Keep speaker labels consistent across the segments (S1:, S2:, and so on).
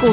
S1: 股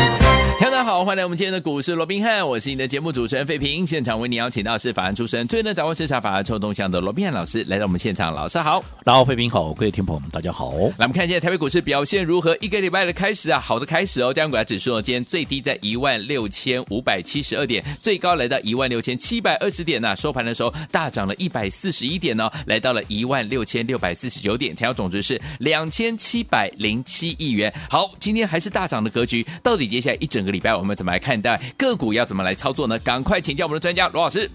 S2: 大家好，欢迎来我们今天的股市罗宾汉，我是你的节目主持人费平。现场为你邀请到是法案出身、最能掌握市场法案臭动向的罗宾汉老师来到我们现场，老师好。
S3: 然后，费平好，各位听众朋友们，大家好。
S2: 来，我们看一下台北股市表现如何？一个礼拜的开始啊，好的开始哦。加权股价指数呢，今天最低在一万六千五百七十二点，最高来到一万六千七百二十点呐、收盘的时候大涨了一百四十一点呢、哦来到了一万六千六百四十九点，成交总值是两千七百零七亿元。好，今天还是大涨的格局，到底接下来一整个礼拜我们怎么来看待个股，要怎么来操作呢？赶快请教我们的专家罗老师。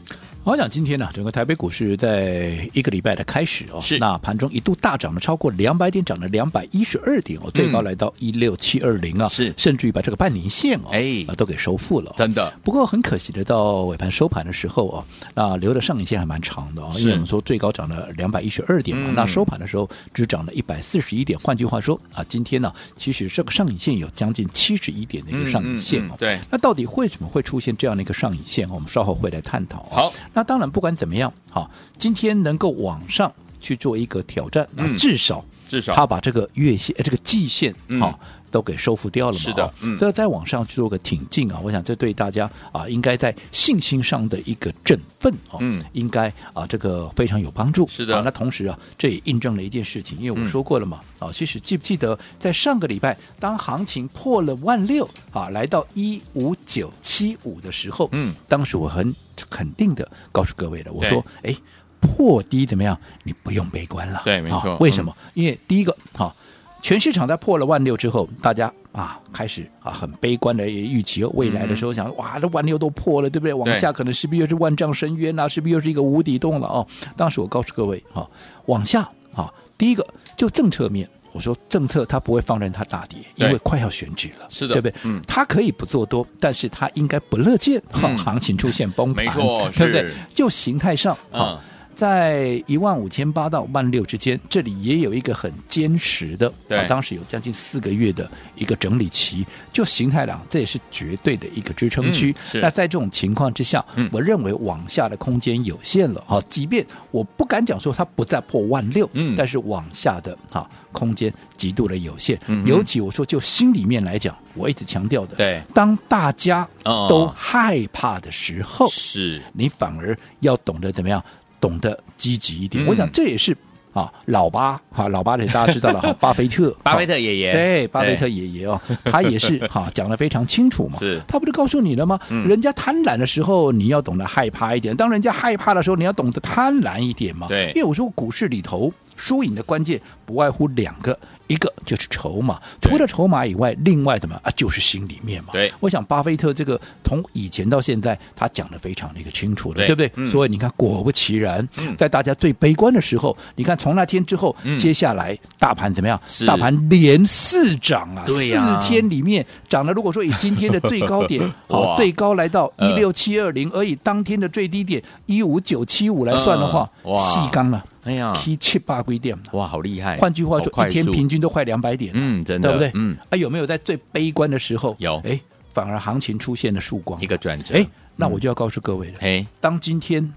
S3: 我想今天呢、整个台北股市在一个礼拜的开始哦，
S2: 是
S3: 那盘中一度大涨了超过两百点，涨了两百一十二点哦，最高来到一六七二零啊，
S2: 是
S3: 甚至于把这个半年线哦，
S2: 哎
S3: 啊都给收复了、
S2: 真的，
S3: 不过很可惜的，到尾盘收盘的时候哦，那留的上影线还蛮长的哦，
S2: 是
S3: 因为我们说最高涨了两百一十二点嘛，
S2: 嗯
S3: 那收盘的时候只涨了一百四十一点。换句话说啊，今天呢、其实这个上影线有将近七十一点的一个上影线
S2: 嗯
S3: 哦
S2: 嗯嗯。对
S3: 那到底为什么会出现这样的一个上影线？我们稍后会来探讨、哦。
S2: 好，
S3: 那当然不管怎么样，好、今天能够往上去做一个挑战，那
S2: 嗯
S3: 至少
S2: 至少
S3: 他把这个月线、呃这个季线好、
S2: 嗯
S3: 都给收复掉了嘛，
S2: 是的
S3: 哦
S2: 嗯
S3: 所以再往上去做个挺进啊，我想这对大家啊，应该在信心上的一个振奋哦，
S2: 嗯
S3: 应该啊这个非常有帮助。
S2: 是的
S3: 啊那同时啊，这也印证了一件事情，因为我
S2: 嗯
S3: 说过了嘛，啊，其实记不记得在上个礼拜，当行情破了万六啊，来到一五九七五的时候，
S2: 嗯，
S3: 当时我很肯定的告诉各位了，我
S2: 对
S3: 说，哎。破低怎么样？你不用悲观了。
S2: 对没错
S3: 啊为什
S2: 嗯
S3: 么？因为第一个，啊好、全市场在破了万六之后，大家啊开始啊很悲观的预期哦未来的时候想，哇，这万六都破了，对不对？往下可能是不是又是万丈深渊啊？是不是又是一个无底洞了哦？当时我告诉各位，啊，往下啊，第一个就政策面。我说政策它不会放任它大跌，因
S2: 对
S3: 为快要选举了，
S2: 是的
S3: 对不对？
S2: 嗯
S3: 它可以不做多，但是它应该不乐见、哈
S2: 嗯
S3: 行情出现崩盘，
S2: 没错
S3: 对不对
S2: 是？
S3: 就形态上
S2: 嗯
S3: 啊，在一万五千八到万六之间，这里也有一个很坚实的，
S2: 对
S3: 啊当时有将近四个月的一个整理期，就形态上这也是绝对的一个支撑区。
S2: 嗯是
S3: 那在这种情况之下，
S2: 嗯
S3: 我认为往下的空间有限了啊，即便我不敢讲说它不再破万六，
S2: 嗯
S3: 但是往下的啊空间极度的有限，
S2: 嗯哼
S3: 尤其我说就心里面来讲，我一直强调的，
S2: 对，
S3: 当大家
S2: 哦
S3: 都害怕的时候，
S2: 是
S3: 你反而要懂得怎么样，懂得积极一点。
S2: 嗯
S3: 我想这也是啊，老巴啊，老巴的大家知道了哈，巴菲特，
S2: 巴菲
S3: 啊。
S2: 特爷爷，
S3: 对，巴菲特爷爷哦，他 也是哈，讲得非常清楚嘛。
S2: 是
S3: 他不是告诉你了吗？
S2: 嗯
S3: 人家贪婪的时候，你要懂得害怕一点；当人家害怕的时候，你要懂得贪婪一点嘛。
S2: 对
S3: 因为我说股市里头输赢的关键不外乎两个，一个就是筹码，
S2: 对
S3: 除了筹码以外，另外怎么啊，就是心里面嘛。
S2: 对
S3: 我想巴菲特这个从以前到现在，他讲的非常的一个清楚了，
S2: 对
S3: 对不对？
S2: 嗯
S3: 所以你看，果不其然，
S2: 嗯
S3: 在大家最悲观的时候，你看从那天之后，
S2: 嗯
S3: 接下来大盘怎么样
S2: 是？
S3: 大盘连四涨啊，
S2: 对呀，
S3: 四天里面涨了。如果说以今天的最高点
S2: 哇
S3: 好，最高来到一
S2: 呃
S3: 六七二零，而以当天的最低点一五九七五来算的话，
S2: 嗯哇
S3: 细钢了，
S2: 哎呀，
S3: 七七八规点了。
S2: 哇，好厉害！
S3: 换句话
S2: 好快
S3: 说，一天
S2: 速
S3: 平均都快两百点了，
S2: 嗯，真
S3: 对
S2: 的，
S3: 不对？
S2: 嗯，
S3: 啊，有没有在最悲观的时候
S2: 有
S3: 哎，反而行情出现了曙光
S2: 一？个嗯转折，
S3: 哎，那我就要告诉各位了，
S2: 嘿，
S3: 当今天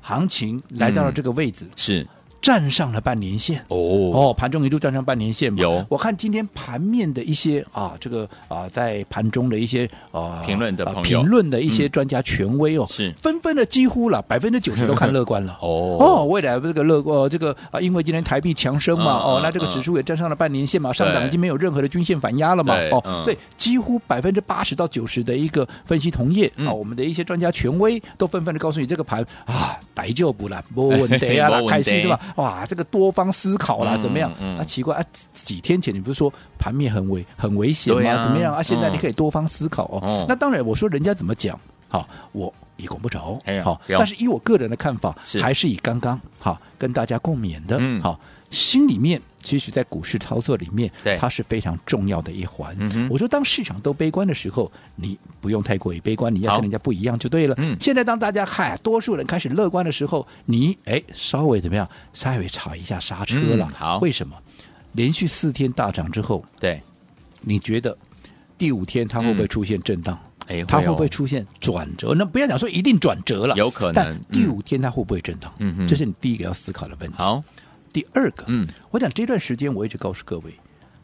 S3: 行情来到了
S2: 嗯
S3: 这个位置，
S2: 是
S3: 站上了半年线。
S2: 哦，
S3: 哦，盘中一度站上半年线嘛。
S2: 有
S3: 我看今天盘面的一些啊，这个啊，在盘中的一些啊
S2: 评论的
S3: 啊
S2: 朋友嗯
S3: 评论的一些专家权威哦，
S2: 是。
S3: 纷纷的几乎了百分之九十都看乐观了
S2: 哦
S3: 哦，未来这个乐呃这个啊，因为今天台币强升嘛，
S2: 嗯
S3: 哦
S2: 嗯，
S3: 那这个
S2: 嗯
S3: 指数也站上了半年线嘛，上
S2: 对
S3: 涨已经没有任何的均线反压了嘛
S2: 对，
S3: 哦
S2: 嗯，
S3: 所以几乎百分之八十到九十的一个分析同业
S2: 嗯
S3: 啊，我们的一些专家权威都纷纷的告诉你，这个盘啊，逮就不了，没问题
S2: 没
S3: 啊
S2: 问
S3: 啦，
S2: 题
S3: 开心对吧？哇，这个多方思考啦，
S2: 嗯
S3: 怎么样？
S2: 嗯
S3: 啊，奇怪啊，几几天前你不是说盘面很危很危险
S2: 对啊
S3: 吗？怎么样啊？现在
S2: 嗯
S3: 你可以多方思考
S2: 哦
S3: 哦。那当然，我说人家怎么讲，好，我也管不着
S2: 哎呀，
S3: 好，
S2: 不要
S3: 但是以我个人的看法
S2: 是，
S3: 还是以刚刚好跟大家共勉的
S2: 嗯，
S3: 好，心里面其实在股市操作里面
S2: 对，
S3: 它是非常重要的一环。
S2: 嗯哼
S3: 我说，当市场都悲观的时候，你不用太过于悲观，你要
S2: 好
S3: 跟人家不一样就对了。
S2: 嗯
S3: 现在当大家嗨，多数人开始乐观的时候，你哎稍微怎么样，稍微踩一下刹车了。
S2: 嗯好
S3: 为什么？连续四天大涨之后，
S2: 对，
S3: 你觉得第五天它会
S2: 嗯
S3: 不会出现震荡？
S2: 哎
S3: 它会
S2: 哦
S3: 不会出现转折？那不要讲说一定转折了，
S2: 有可能
S3: 但第
S2: 嗯
S3: 五天它会不会震荡？
S2: 嗯哼
S3: 这是你第一个要思考的问题。
S2: 好？
S3: 第二个，
S2: 嗯，
S3: 我讲这段时间我一直告诉各位，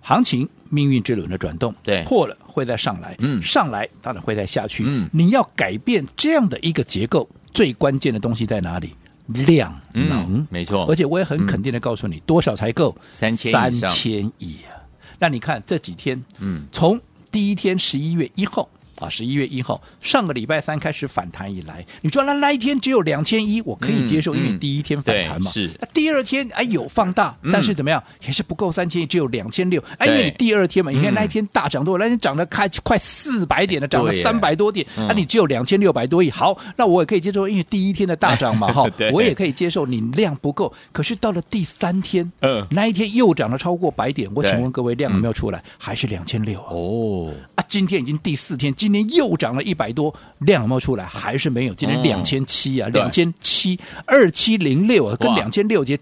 S3: 行情命运之轮的转动，
S2: 对
S3: 破了会再上来，
S2: 嗯
S3: 上来当然会再下去，
S2: 嗯
S3: 你要改变这样的一个结构，最关键的东西在哪里？量
S2: 嗯
S3: 能，
S2: 没错
S3: 而且我也很肯定的告诉你，多少才够
S2: 3000
S3: 三
S2: 以上
S3: 千亿啊！那你看这几天，
S2: 嗯，
S3: 从第一天十一月一号。啊，十一月一号，上个礼拜三开始反弹以来，你说那那一天只有两千一，我可以
S2: 嗯
S3: 接受，因为
S2: 嗯
S3: 第一天反
S2: 对
S3: 弹嘛。
S2: 是
S3: 那第二天哎有放大
S2: 嗯，
S3: 但是怎么样、也是不够三千，只有两千六。哎，因
S2: 对
S3: 为你第二天嘛，你看
S2: 嗯
S3: 那一天大涨多，那天涨了快快四百点了，涨了
S2: 对耶
S3: 三百多点，
S2: 嗯
S3: 啊，你只有两千六百多亿。好，那我也可以接受，因为第一天的大涨嘛，哈
S2: 对，
S3: 我也可以接受你量不够。可是到了第三天，
S2: 嗯
S3: 那一天又涨了超过百点，我
S2: 对嗯
S3: 请问各位量有没有出来？还是两千六啊？
S2: 哦，
S3: 啊，今天已经第四天，今天又涨了一百多，量有没有出来？还是没有，今天
S2: 嗯
S3: 两千七啊，
S2: 对
S3: 两千七二七零六啊，跟
S2: 哇
S3: 两千六节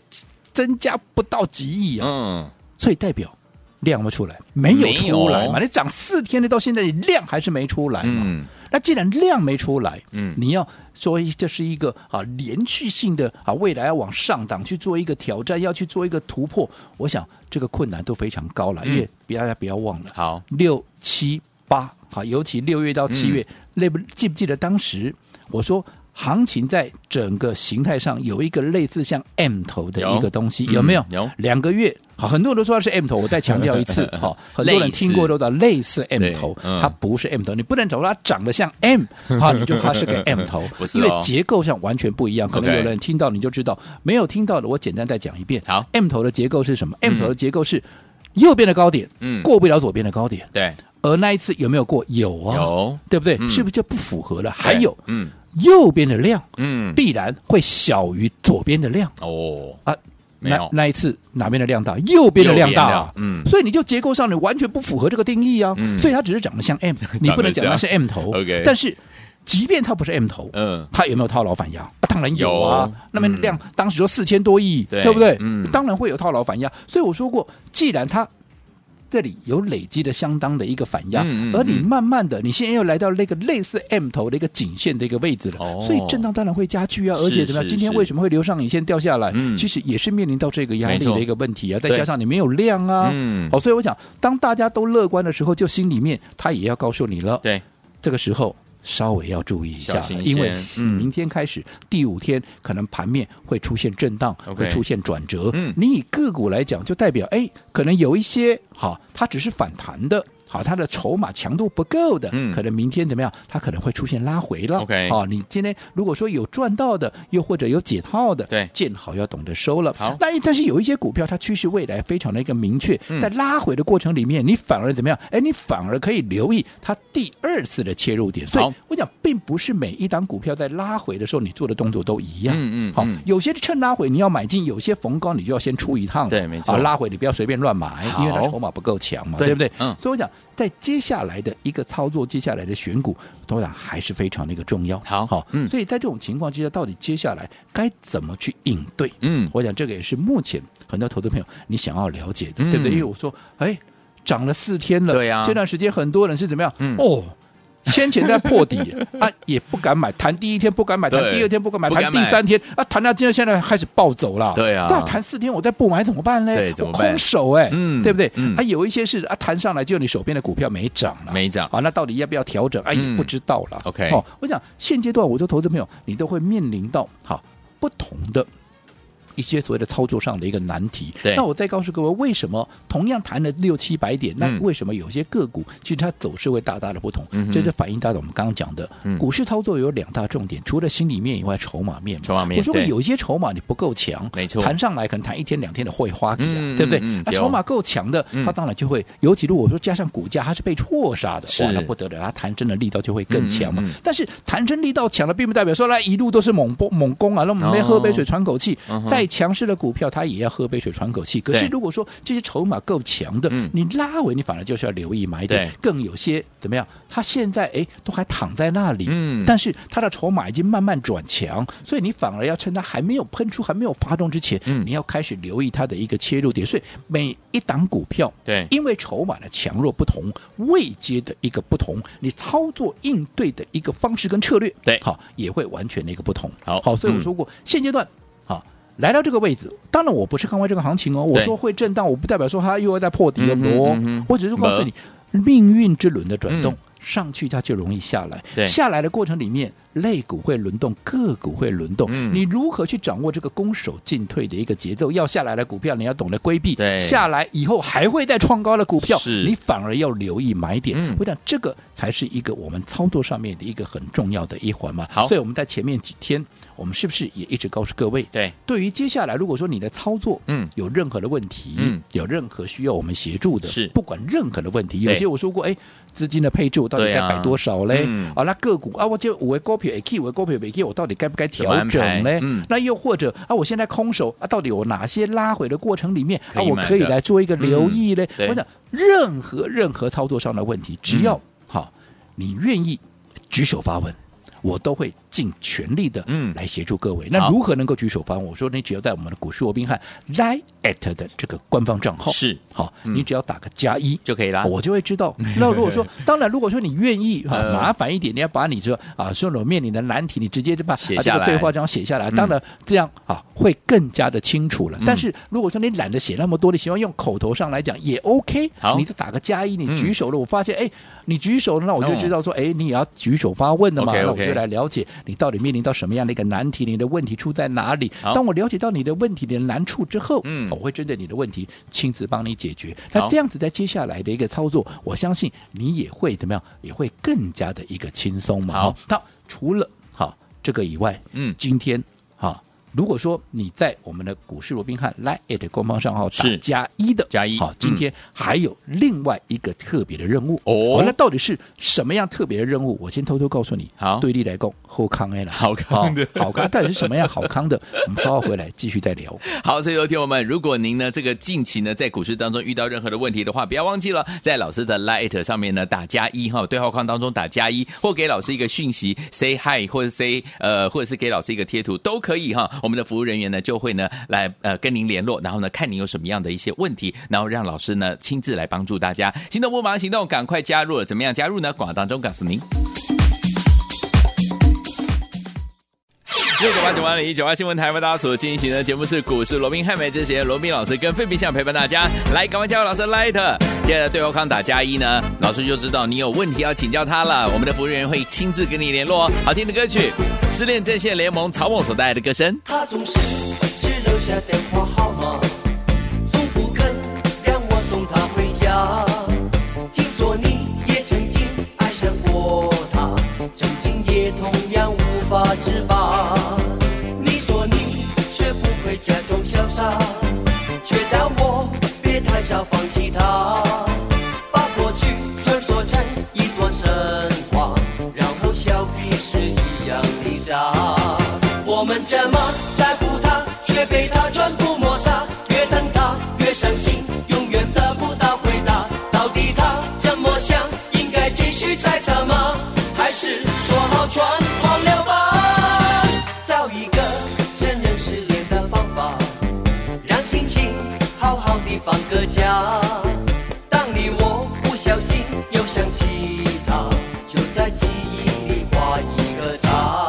S3: 增加不到几亿啊，
S2: 嗯，
S3: 所以代表。量有没有出来，没有出来
S2: 没
S3: 嘛？
S2: 有
S3: 你涨四天的，到现在你量还是没出来嘛？
S2: 嗯
S3: 那既然量没出来，
S2: 嗯
S3: 你要说这是一个啊连续性的啊，未来要往上档去做一个挑战，要去做一个突破，我想这个困难都非常高了，
S2: 嗯
S3: 因为不要大家不要忘了，
S2: 好，
S3: 六七八，好，尤其六月到七
S2: 嗯
S3: 月，那不记不记得当时我说？行情在整个形态上有一个类似像 M 头的一
S2: 有
S3: 个东西，
S2: 嗯
S3: 有没有？
S2: 有
S3: 两个月，好，很多人都说它是 M 头， 我再强调一次，好，很多人
S2: 类似
S3: 听过都知道类似 M
S2: 对
S3: 头，
S2: 嗯
S3: 它不是 M 头，你不能找它长得像 M，好，你就说它是个 M 头，
S2: 不是
S3: 因为
S2: 哦
S3: 结构上完全不一样。可能
S2: OK
S3: 有人听到你就知道，没有听到的我简单再讲一遍。
S2: 好
S3: ，M 头的结构是什么？M 头的结构是右边的高点，
S2: 嗯
S3: 过不了左边的高点。
S2: 对，
S3: 而那一次有没有过？有啊，
S2: 有，
S3: 对不对？
S2: 嗯
S3: 是不是就不符合了？还有，
S2: 嗯
S3: 右边的量
S2: 嗯，
S3: 必然会小于左边的量
S2: 哦，
S3: 啊。
S2: 没
S3: 那
S2: 有
S3: 那一次哪边的量大？右边的量大、啊
S2: 右边的，嗯
S3: 所以你就结构上你完全不符合这个定义啊，
S2: 嗯
S3: 所以它只是长得像 M，你不能讲它是 M 头
S2: OK
S3: 但是即便它不是 M 头，
S2: 嗯，
S3: 它有没有套牢反压？啊当然有啊。
S2: 有嗯
S3: 那么量、当时说四千多亿，
S2: 对
S3: 不对？
S2: 嗯
S3: 当然会有套牢反压。所以我说过，既然它这里有累积的相当的一个反压，
S2: 嗯嗯
S3: 而你
S2: 嗯
S3: 慢慢的，你现在又来到那个类似 M 头的一个颈线的一个位置了，
S2: 哦
S3: 所以震荡当然会加剧啊。
S2: 是
S3: 而且怎么样？
S2: 是
S3: 今天
S2: 是
S3: 为什么会留上影线掉下来？
S2: 嗯
S3: 其实也是面临到这个压
S2: 没
S3: 力
S2: 错
S3: 的一个问题啊。再
S2: 对
S3: 加上你没有量啊，
S2: 嗯
S3: 好，所以我想，当大家都乐观的时候，就心里面他也要告诉你了，
S2: 对，
S3: 这个时候稍微要注意一下
S2: 小心
S3: 了，
S2: 一些
S3: 因为
S2: 嗯
S3: 明天开始、第五天可能盘面会出现震荡
S2: OK
S3: 会出现转折。
S2: 嗯
S3: 你以个股来讲，就代表哎，可能有一些好，它只是反弹的。好，它的筹码强度不够的，
S2: 嗯
S3: 可能明天怎么样？它可能会出现拉回了。
S2: OK
S3: 好、哦你今天如果说有赚到的，又或者有解套的，
S2: 对
S3: 见好要懂得收了。
S2: 好
S3: 但但是有一些股票，它趋势未来非常的一个明确，
S2: 嗯
S3: 在拉回的过程里面，你反而怎么样？哎，你反而可以留意它第二次的切入点。所
S2: 好
S3: 以我讲，并不是每一档股票在拉回的时候，你做的动作都一样。
S2: 嗯嗯
S3: 好
S2: 嗯，
S3: 有些趁拉回你要买进，有些逢高你就要先出一趟。
S2: 对没错
S3: 啊拉回你不要随便乱买，
S2: 好
S3: 因为它筹码不够强嘛，
S2: 对
S3: 对不对？
S2: 嗯
S3: 所以我讲，在接下来的一个操作，接下来的选股，当然还是非常的一个重要。
S2: 好
S3: 好，
S2: 嗯
S3: 所以在这种情况之下，到底接下来该怎么去应对？
S2: 嗯，
S3: 我讲这个也是目前很多投资朋友你想要了解的，
S2: 嗯
S3: 对不对？因为我说，哎，涨了四天了，
S2: 对啊
S3: 这段时间很多人是怎么样？
S2: 嗯
S3: 哦。先前在破底啊，也不敢买，谈第一天不敢买，谈
S2: 对
S3: 第二天不敢买，
S2: 不敢
S3: 谈第
S2: 买
S3: 三天啊，谈到今天现在开始暴走了。
S2: 对啊
S3: 那谈四天我再不买怎么办呢？
S2: 对怎么
S3: 我
S2: 办
S3: 空手哎，
S2: 嗯
S3: 对不对
S2: 嗯？
S3: 啊，有一些是啊，谈上来就你手边的股票没涨了，
S2: 没涨
S3: 啊，那到底要不要调整？哎，
S2: 嗯
S3: 也不知道了。
S2: OK
S3: 哦，我讲现阶段，我说投资朋友，你都会面临到好不同的。一些所谓的操作上的一个难题。
S2: 对
S3: 那我再告诉各位，为什么同样谈了六七百点，那
S2: 嗯
S3: 为什么有些个股其实它走势会大大的不同？
S2: 嗯哼
S3: 这是反映到了我们刚刚讲的、
S2: 嗯
S3: 股市操作有两大重点，除了心里面以外，筹码面嘛。
S2: 筹码面
S3: 我说过
S2: 对
S3: 有一些筹码你不够强，
S2: 没错
S3: 谈上来可能谈一天两天的会花给啊
S2: 嗯嗯
S3: 对不对？
S2: 嗯嗯
S3: 那
S2: 有
S3: 筹码够强的，
S2: 嗯
S3: 它当然就会，尤其如果说加上股价它是被错杀的，
S2: 是
S3: 哇，那不得了，它弹升的力道就会更强嘛。
S2: 嗯嗯嗯
S3: 但是弹升力道强了，并不代表说它一路都是猛波猛攻啊，那我们喝杯水。
S2: 哦
S3: 喘口气
S2: 嗯哼，
S3: 在强势的股票它也要喝杯水喘口气。可是
S2: 对
S3: 如果说这些筹码够强的
S2: 嗯，
S3: 你拉回你反而就是要留意买点
S2: 对，
S3: 更有些怎么样？它现在哎都还躺在那里，
S2: 嗯
S3: 但是它的筹码已经慢慢转强，所以你反而要趁它还没有喷出、还没有发动之前，
S2: 嗯
S3: 你要开始留意它的一个切入点。所以每一档股票，
S2: 对
S3: 因为筹码的强弱不同，位阶的一个不同，你操作应对的一个方式跟策略，
S2: 对
S3: 好也会完全的一个不同。
S2: 好
S3: 好，所以我
S2: 嗯
S3: 说过，现阶段好。来到这个位置，当然我不是看坏这个行情哦，我
S2: 对
S3: 说会震荡，我不代表说它又要再破底了
S2: 嗯哼
S3: 哦
S2: 嗯哼
S3: 我只是告诉
S2: 没
S3: 你，命运之轮的转动。
S2: 嗯
S3: 上去它就容易下来，
S2: 对
S3: 下来的过程里面，类股会轮动，个股会轮动。
S2: 嗯
S3: 你如何去掌握这个攻守进退的一个节奏？要下来的股票，你要懂得规避；
S2: 对
S3: 下来以后还会再创高的股票，
S2: 是
S3: 你反而要留意买点。
S2: 嗯
S3: 我想这个才是一个我们操作上面的一个很重要的一环嘛。
S2: 好
S3: 所以我们在前面几天，我们是不是也一直告诉各位，
S2: 对，
S3: 对于接下来，如果说你的操作，
S2: 嗯
S3: 有任何的问题，
S2: 嗯，
S3: 有任何需要我们协助的，
S2: 是
S3: 不管任何的问题，有
S2: 对
S3: 些我说过，哎，资金的配置我到底
S2: 对
S3: 该
S2: 啊
S3: 摆多少嘞？
S2: 嗯
S3: 啊，那个股啊，我就我的股票也 key，我的股票也 key，我到底该不该调
S2: 怎么
S3: 整
S2: 安排
S3: 嘞？
S2: 嗯
S3: 那又或者啊，我现在空手啊，到底有哪些拉回的过程里面
S2: 可
S3: 啊，
S2: 以
S3: 我
S2: 买
S3: 可以
S2: 的
S3: 来做一个留
S2: 嗯
S3: 意嘞？
S2: 对嗯
S3: 我想任何任何操作上的问题，只要、好，你愿意举手发问。我都会尽全力的
S2: 嗯
S3: 来协助各位。那
S2: 好
S3: 如何能够举手发问？我说你只要在我们的股市罗宾汉 Line at 的这个官方账号
S2: 是
S3: 好，
S2: 嗯
S3: 你只要打个加一。
S2: 就可以啦。
S3: 我就会 知道。那如果说，当然，如果说你愿意啊，
S2: 呃
S3: 麻烦一点，你要把你这啊所有面临的难题，你直接就把
S2: 写
S3: 啊
S2: 下
S3: 这
S2: 来
S3: 个对话这样写下来。
S2: 嗯
S3: 当然，这样啊会更加的清楚了
S2: 嗯。
S3: 但是如果说你懒得写那么多，你喜欢用口头上来讲也 OK。
S2: 好
S3: 你就打个加一，你
S2: 嗯哦
S3: 举手了，我发现哎，你举手了，那我就知道说，哎，你也要举手发问的嘛。
S2: OK，OK
S3: 那我就来了解你到底面临到什么样的一个难题，你的问题出在哪里。
S2: 好
S3: 当我了解到你的问题的难处之后，
S2: 嗯
S3: 我会针对你的问题亲自帮你解决。
S2: 好
S3: 那这样子，在接下来的一个操作，我相信你也会怎么样，也会更加的一个轻松嘛。
S2: 好
S3: 哦，那除了好这个以外，
S2: 嗯
S3: 今天好。如果说你在我们的股市罗宾汉 Line at 官方账号打
S2: 是
S3: 加一的
S2: 加一嗯
S3: 好，今天还有另外一个特别的任务
S2: 哦
S3: 那到底是什么样特别的任务？我先偷偷告诉你，
S2: 好
S3: 对立来讲，后康哎了，
S2: 好康的
S3: 好好康到底是什么样好康的？我们稍后回来继续再聊。
S2: 好，所以有听友们，如果您呢这个近期呢在股市当中遇到任何的问题的话，不要忘记了在老师的 Light 上面呢打加一哈，对话框当中打加一，或给老师一个讯息 say hi，或者 say 呃，或者是给老师一个贴图都可以哈。我们的服务人员呢就会呢来呃跟您联络，然后呢看您有什么样的一些问题，然后让老师呢亲自来帮助大家。行动不忙行动，赶快加入了，怎么样加入呢？广告当中告诉您。六九八九八零一九八新闻台为大家所进行的节目是股市罗宾汉美之前，罗宾老师跟费皮想陪伴大家，来赶快加入老师 Light，接下来对话框打加一呢，老师就知道你有问题要请教他了，我们的服务人员会亲自跟你联络哦。好听的歌曲，失恋阵线联盟曹猛所带来的歌声。
S4: 他总是只留下电话号码，从不肯让我送他回家。听说你也曾经爱上过他，曾经也同样无法自拔。你说你学不会假装潇洒，却叫我别太早放弃他。把过去穿梭成一段神话，然后笑彼此一样的傻。我们这么在乎他，却被他全部抹杀。越疼他越伤心，永远得不到回答。到底他怎么想？应该继续猜测吗？还是说好全忘了吧？找一个承认失恋的方法。让心情好好的放个假。当你我不小心又想起他，就在记忆里画一个叉。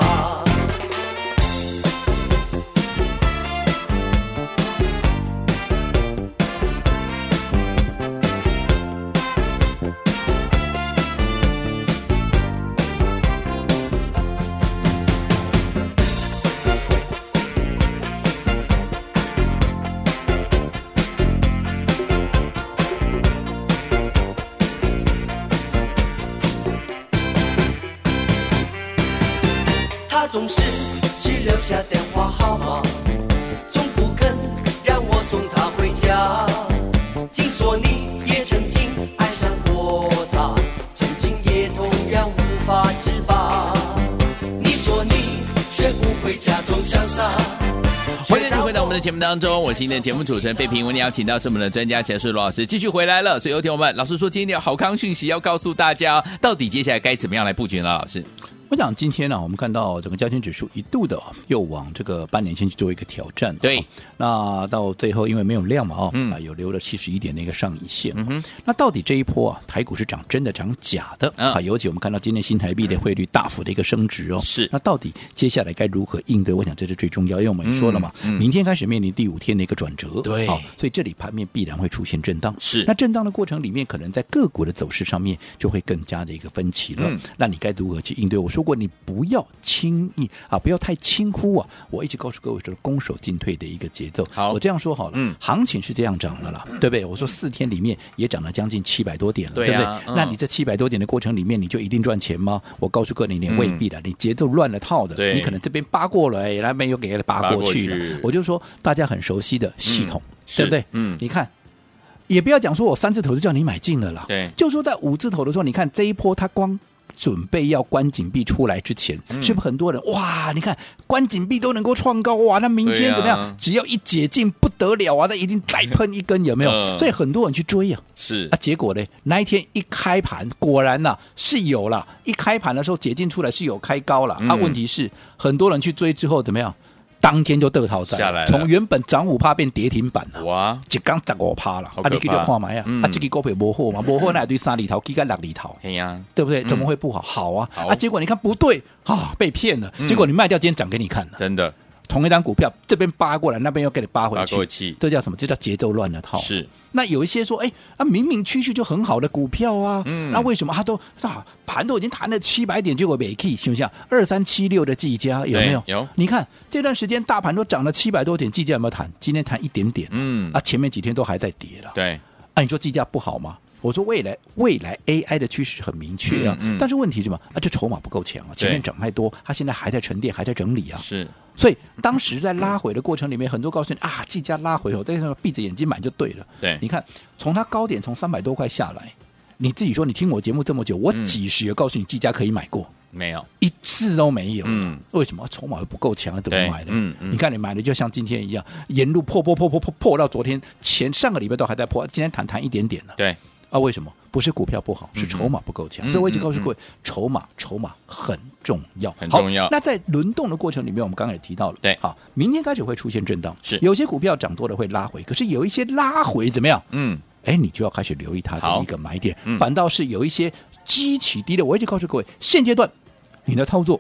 S4: 他总是只留下电话号码，从不肯让我送他回家。听说你也曾经爱上过他，曾经也同样无法自拔。你说你学不会假装潇洒，
S2: 欢迎你回到我们的节目当中，我是今天的节目主持人费平。我们邀请到是我们的专家钱世罗老师，继续回来了。所以有听我们老师说，今天有好康讯息要告诉大家，到底接下来该怎么样来布局呢？老师，
S3: 我想今天呢、我们看到整个加权指数一度的、哦、又往这个半年线去做一个挑战、
S2: 对
S3: 哦那到最后因为没有量嘛哦，
S2: 嗯
S3: 啊有留了七十一点的一个上影线、
S2: 嗯哼，
S3: 那到底这一波啊，台股是涨真的涨假的、
S2: 嗯
S3: 啊？尤其我们看到今天新台币的汇率大幅的一个升值哦，
S2: 是
S3: 那到底接下来该如何应对？我想这是最重要，因为我们也说了嘛，
S2: 嗯嗯
S3: 明天开始面临第五天的一个转折，
S2: 对
S3: 好、所以这里盘面必然会出现震荡，
S2: 是
S3: 那震荡的过程里面，可能在个股的走势上面就会更加的一个分歧了。
S2: 嗯
S3: 那你该如何去应对？我说过，你不要轻易啊，不要太轻忽啊！我一直告诉各位，这是攻守进退的一个节奏。
S2: 好
S3: 我这样说好了，
S2: 嗯
S3: 行情是这样涨了啦，对不对？我说四天里面也涨了将近七百多点了，
S2: 对啊
S3: 不对？
S2: 嗯
S3: 那你这七百多点的过程里面，你就一定赚钱吗？我告诉各位，你
S2: 嗯
S3: 未必的，你节奏乱了套的，
S2: 对
S3: 你可能这边扒过哎来，然后没有给它扒过去
S2: 扒
S3: 的。
S2: 过去
S3: 我就说，大家很熟悉的系统，
S2: 是
S3: 对不对？
S2: 嗯
S3: 你看。也不要讲说我三字头就叫你买进了啦，
S2: 对
S3: 就说在五字头的时候，你看这一波它光。准备要关紧闭出来之前，
S2: 嗯
S3: 是不是很多人哇？你看关紧闭都能够创高哇，那明
S2: 对
S3: 天
S2: 啊
S3: 怎么样？只要一解禁不得了啊，那一定再喷一根，有没有？
S2: 嗯
S3: 所以很多人去追啊。
S2: 是
S3: 啊，结果呢？那一天一开盘，果然呐、是有了。一开盘的时候解禁出来是有开高了、啊。
S2: 嗯
S3: 问题是很多人去追之后怎么样？当天就得套在
S2: 下来了
S3: 从原本涨五趴变跌停板了、
S2: 哇，
S3: 一缸十五趴啦，
S2: 好可
S3: 啊
S2: 怕
S3: 你去就看买啊
S2: 嗯，
S3: 啊这个股票无 货嘛，无货那对三里头，几个六里头，
S2: 哎呀，
S3: 对不对？
S2: 嗯
S3: 怎么会不好？好啊，
S2: 好嗯
S3: 啊结果你看不对啊，被骗了，结果你卖掉，今天涨给你看了，
S2: 真的
S3: 同一张股票这边扒过来，那边又给你扒回
S2: 八过
S3: 去，
S2: 气，
S3: 这叫什么？这叫节奏乱了套。
S2: 是
S3: 那有一些说，哎，啊，明明趋势就很好的股票啊，
S2: 嗯
S3: 那为什么它都啊盘都已经弹了七百点，结果没 K？想想二三七六的技嘉有没有？
S2: 对有
S3: 你看这段时间大盘都涨了七百多点，技嘉有没有弹？今天弹一点点，
S2: 嗯
S3: 啊，前面几天都还在跌了。
S2: 对，
S3: 啊，你说计价不好吗？我说未来未来 AI 的趋势很明确啊，
S2: 嗯嗯
S3: 但是问题是什么？啊，这筹码不够强啊，前面涨太多，它现在还在沉淀，还在整理啊。
S2: 是
S3: 所以
S2: 嗯
S3: 当时在拉回的过程里面，很多告诉你啊，技嘉拉回后，在上闭着眼睛买就对了。
S2: 对
S3: 你看从它高点从三百多块下来，你自己说你听我节目这么久，我
S2: 嗯
S3: 几时有告诉你技嘉可以买过？
S2: 没有，
S3: 一次都没有。
S2: 嗯
S3: 为什么筹码不够强？怎么买的？
S2: 对嗯嗯
S3: 你看你买的就像今天一样，沿路破破破破破破到昨天前上个礼拜都还在破，今天弹弹一点点了。
S2: 对，
S3: 啊，为什么？不是股票不好，是筹码不够强。
S2: 嗯
S3: 所以我一直告诉各位，筹码筹码很重要，
S2: 很
S3: 好
S2: 重要
S3: 那在轮动的过程里面，我们刚才也提到了，
S2: 对
S3: 好，明天开始会出现震荡，
S2: 是
S3: 有些股票涨多了会拉回，可是有一些拉回怎么样？
S2: 嗯
S3: 哎，你就要开始留意它
S2: 好
S3: 的一个买点
S2: 嗯，
S3: 反倒是有一些基起低的，我一直告诉各位，现阶段你的操作。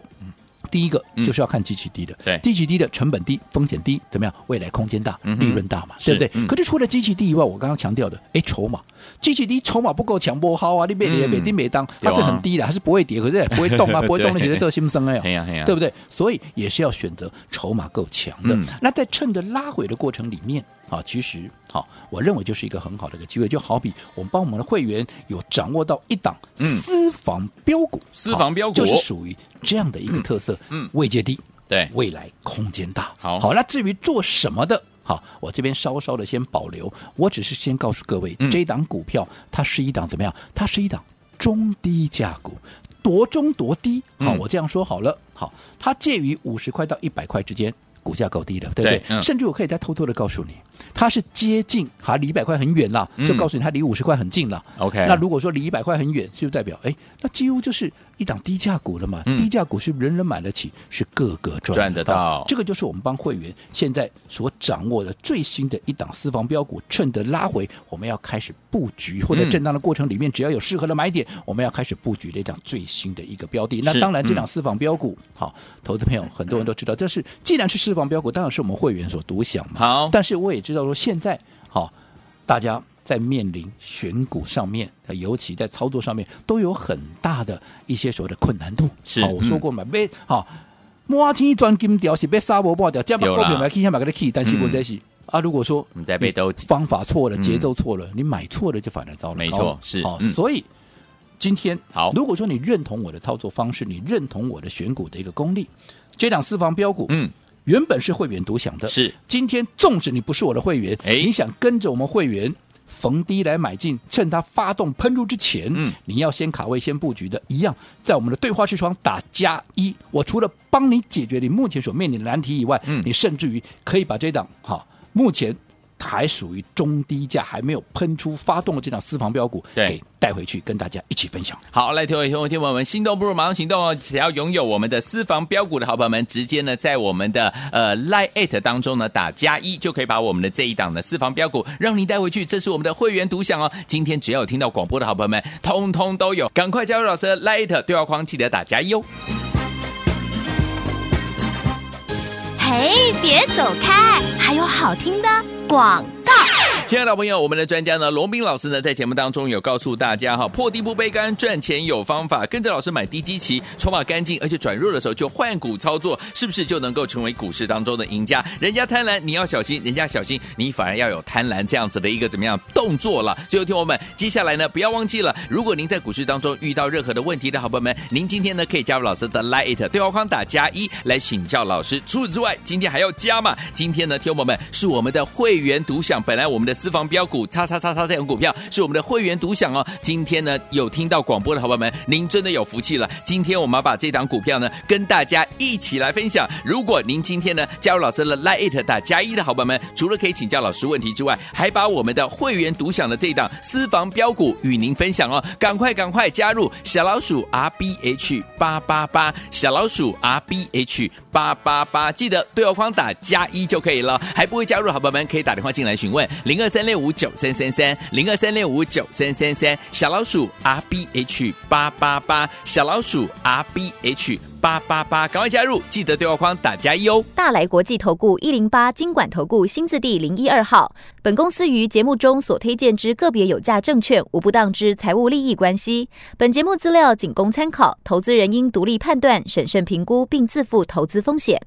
S3: 第一个
S2: 嗯
S3: 就是要看基起低的，
S2: 对
S3: 基起低的成本低，风险低，怎么样？未来空间大，
S2: 嗯哼
S3: 利润大嘛，
S2: 是
S3: 对不对？
S2: 嗯
S3: 可是除了基起低以外，我刚刚强调的，哎，筹码，基起低筹码不够强，不好啊，你别跌，
S2: 嗯
S3: 别跌，别当，
S2: 对
S3: 它
S2: 啊
S3: 是很低的，它是不会跌，可是也不会 动啊，不会动，你觉得这个心生哎呦
S2: 哎呀哎呀
S3: 对不对？所以也是要选择筹码够强的。
S2: 嗯
S3: 那在趁着拉回的过程里面啊，其实好、我认为就是一个很好的一个机会，就好比我们帮我们的会员有掌握到一档
S2: 嗯
S3: 私房标股，
S2: 私房标股
S3: 就是属于这样的一个特色，
S2: 嗯嗯
S3: 位阶低，
S2: 对，
S3: 未来空间大。
S2: 好
S3: 好，那至于做什么的，好，我这边稍稍的先保留，我只是先告诉各位，
S2: 嗯
S3: 这一档股票它是一档怎么样？它是一档中低价股。多中多低，好，
S2: 嗯
S3: 我这样说好了，好，它介于五十块到一百块之间，股价够低了，对不
S2: 对
S3: 对？
S2: 嗯
S3: 甚至我可以再偷偷的告诉你，它是接近，还离一百块很远啦，
S2: 嗯
S3: 就告诉你它离五十块很近了。
S2: OK
S3: 那如果说离一百块很远，就代表哎，那几乎就是一档低价股了嘛。
S2: 嗯
S3: 低价股是人人买得起，是个个赚。
S2: 赚得到
S3: 这个就是我们帮会员现在所掌握的最新的一档私房标股，趁着拉回，我们要开始布局，或者
S2: 嗯
S3: 震荡的过程里面，只要有适合的买点，我们要开始布局这档最新的一个标的。
S2: 是
S3: 那当然，这
S2: 嗯
S3: 档私房标股，好，投资朋友很多人都知道，这是既然是私房标股，当然是我们会员所独享嘛。
S2: 好，
S3: 但是我也知道说，现在好，大家在面临选股上面，呃尤其在操作上面，都有很大的一些所谓的困难度。
S2: 是嗯
S3: 好我说过嘛，被好摸天钻金条是被沙波爆掉，加把
S2: 对
S3: 股
S2: 啦
S3: 票买 K 先买给它 K，但是
S2: 嗯
S3: 问题是、啊，如果说
S2: 你在被兜
S3: 方法错了，
S2: 嗯
S3: 节奏错了，你买错了就反而糟了。
S2: 没错
S3: 糟了
S2: 是
S3: 好，
S2: 嗯
S3: 所以。今天
S2: 好
S3: 如果说你认同我的操作方式，你认同我的选股的一个功力，这档私房标股，
S2: 嗯，
S3: 原本是会员独享的，
S2: 是
S3: 今天纵使你不是我的会员，
S2: 哎
S3: 你想跟着我们会员逢低来买进，趁它发动喷出之前，
S2: 嗯
S3: 你要先卡位、先布局的，一样在我们的对话视窗打加一。我除了帮你解决你目前所面临的难题以外，
S2: 嗯
S3: 你甚至于可以把这档好目前。还属于中低价，还没有喷出发动的这档私房标股，
S2: 对
S3: 给带回去跟大家一起分享。
S2: 好，来，各位听众朋友们，心动不如马上行动哦！只要拥有我们的私房标股的好朋友们，直接呢在我们的呃 Line at 当中呢打加一，就可以把我们的这一档的私房标股让您带回去，这是我们的会员独享哦。今天只要有听到广播的好朋友们，通通都有，赶快加入老师的 Line at 对话框，记得打加一哦。
S1: 嘿，别走开，还有好听的广告。
S2: 亲爱的朋友，我们的专家呢，龙斌老师呢，在节目当中有告诉大家哈，破低不悲观，赚钱有方法，跟着老师买低基期，筹码干净，而且转弱的时候就换股操作，是不是就能够成为股市当中的赢家？人家贪婪，你要小心；人家小心，你反而要有贪婪这样子的一个怎么样动作了？所以，听我们接下来呢，不要忘记了，如果您在股市当中遇到任何的问题的好朋友们，您今天呢可以加入老师的 Lite 对话框打加一来请教老师。除此之外，今天还要加码，今天呢，听我们是我们的会员独享，本来我们的私房标股叉叉叉叉这种股票是我们的会员独享哦。今天呢，有听到广播的好朋友们，您真的有福气了。啊今天我们要把这档股票呢，跟大家一起来分享。如果您今天呢加入老师的 Lite 打加一的好朋友们，除了可以请教老师问题之外，还把我们的会员独享的这档私房标股与您分享哦。赶快赶快加入小老鼠 R B H 八八八，小老鼠 R B H 八八八，记得对话框打加一就可以了。还不会加入的好朋友们可以打电话进来询问零二三六五九三三三零二三六五九三三三，小老鼠 R B H 八八八，小老鼠 R B H 八八八，赶快加入，记得对话框打加一哦。
S5: 大来国际投顾一零八金管投顾新字第零一二号。本公司于节目中所推荐之个别有价证券，无不当之财务利益关系。本节目资料仅供参考，投资人应独立判断、审慎评估，并自负投资风险。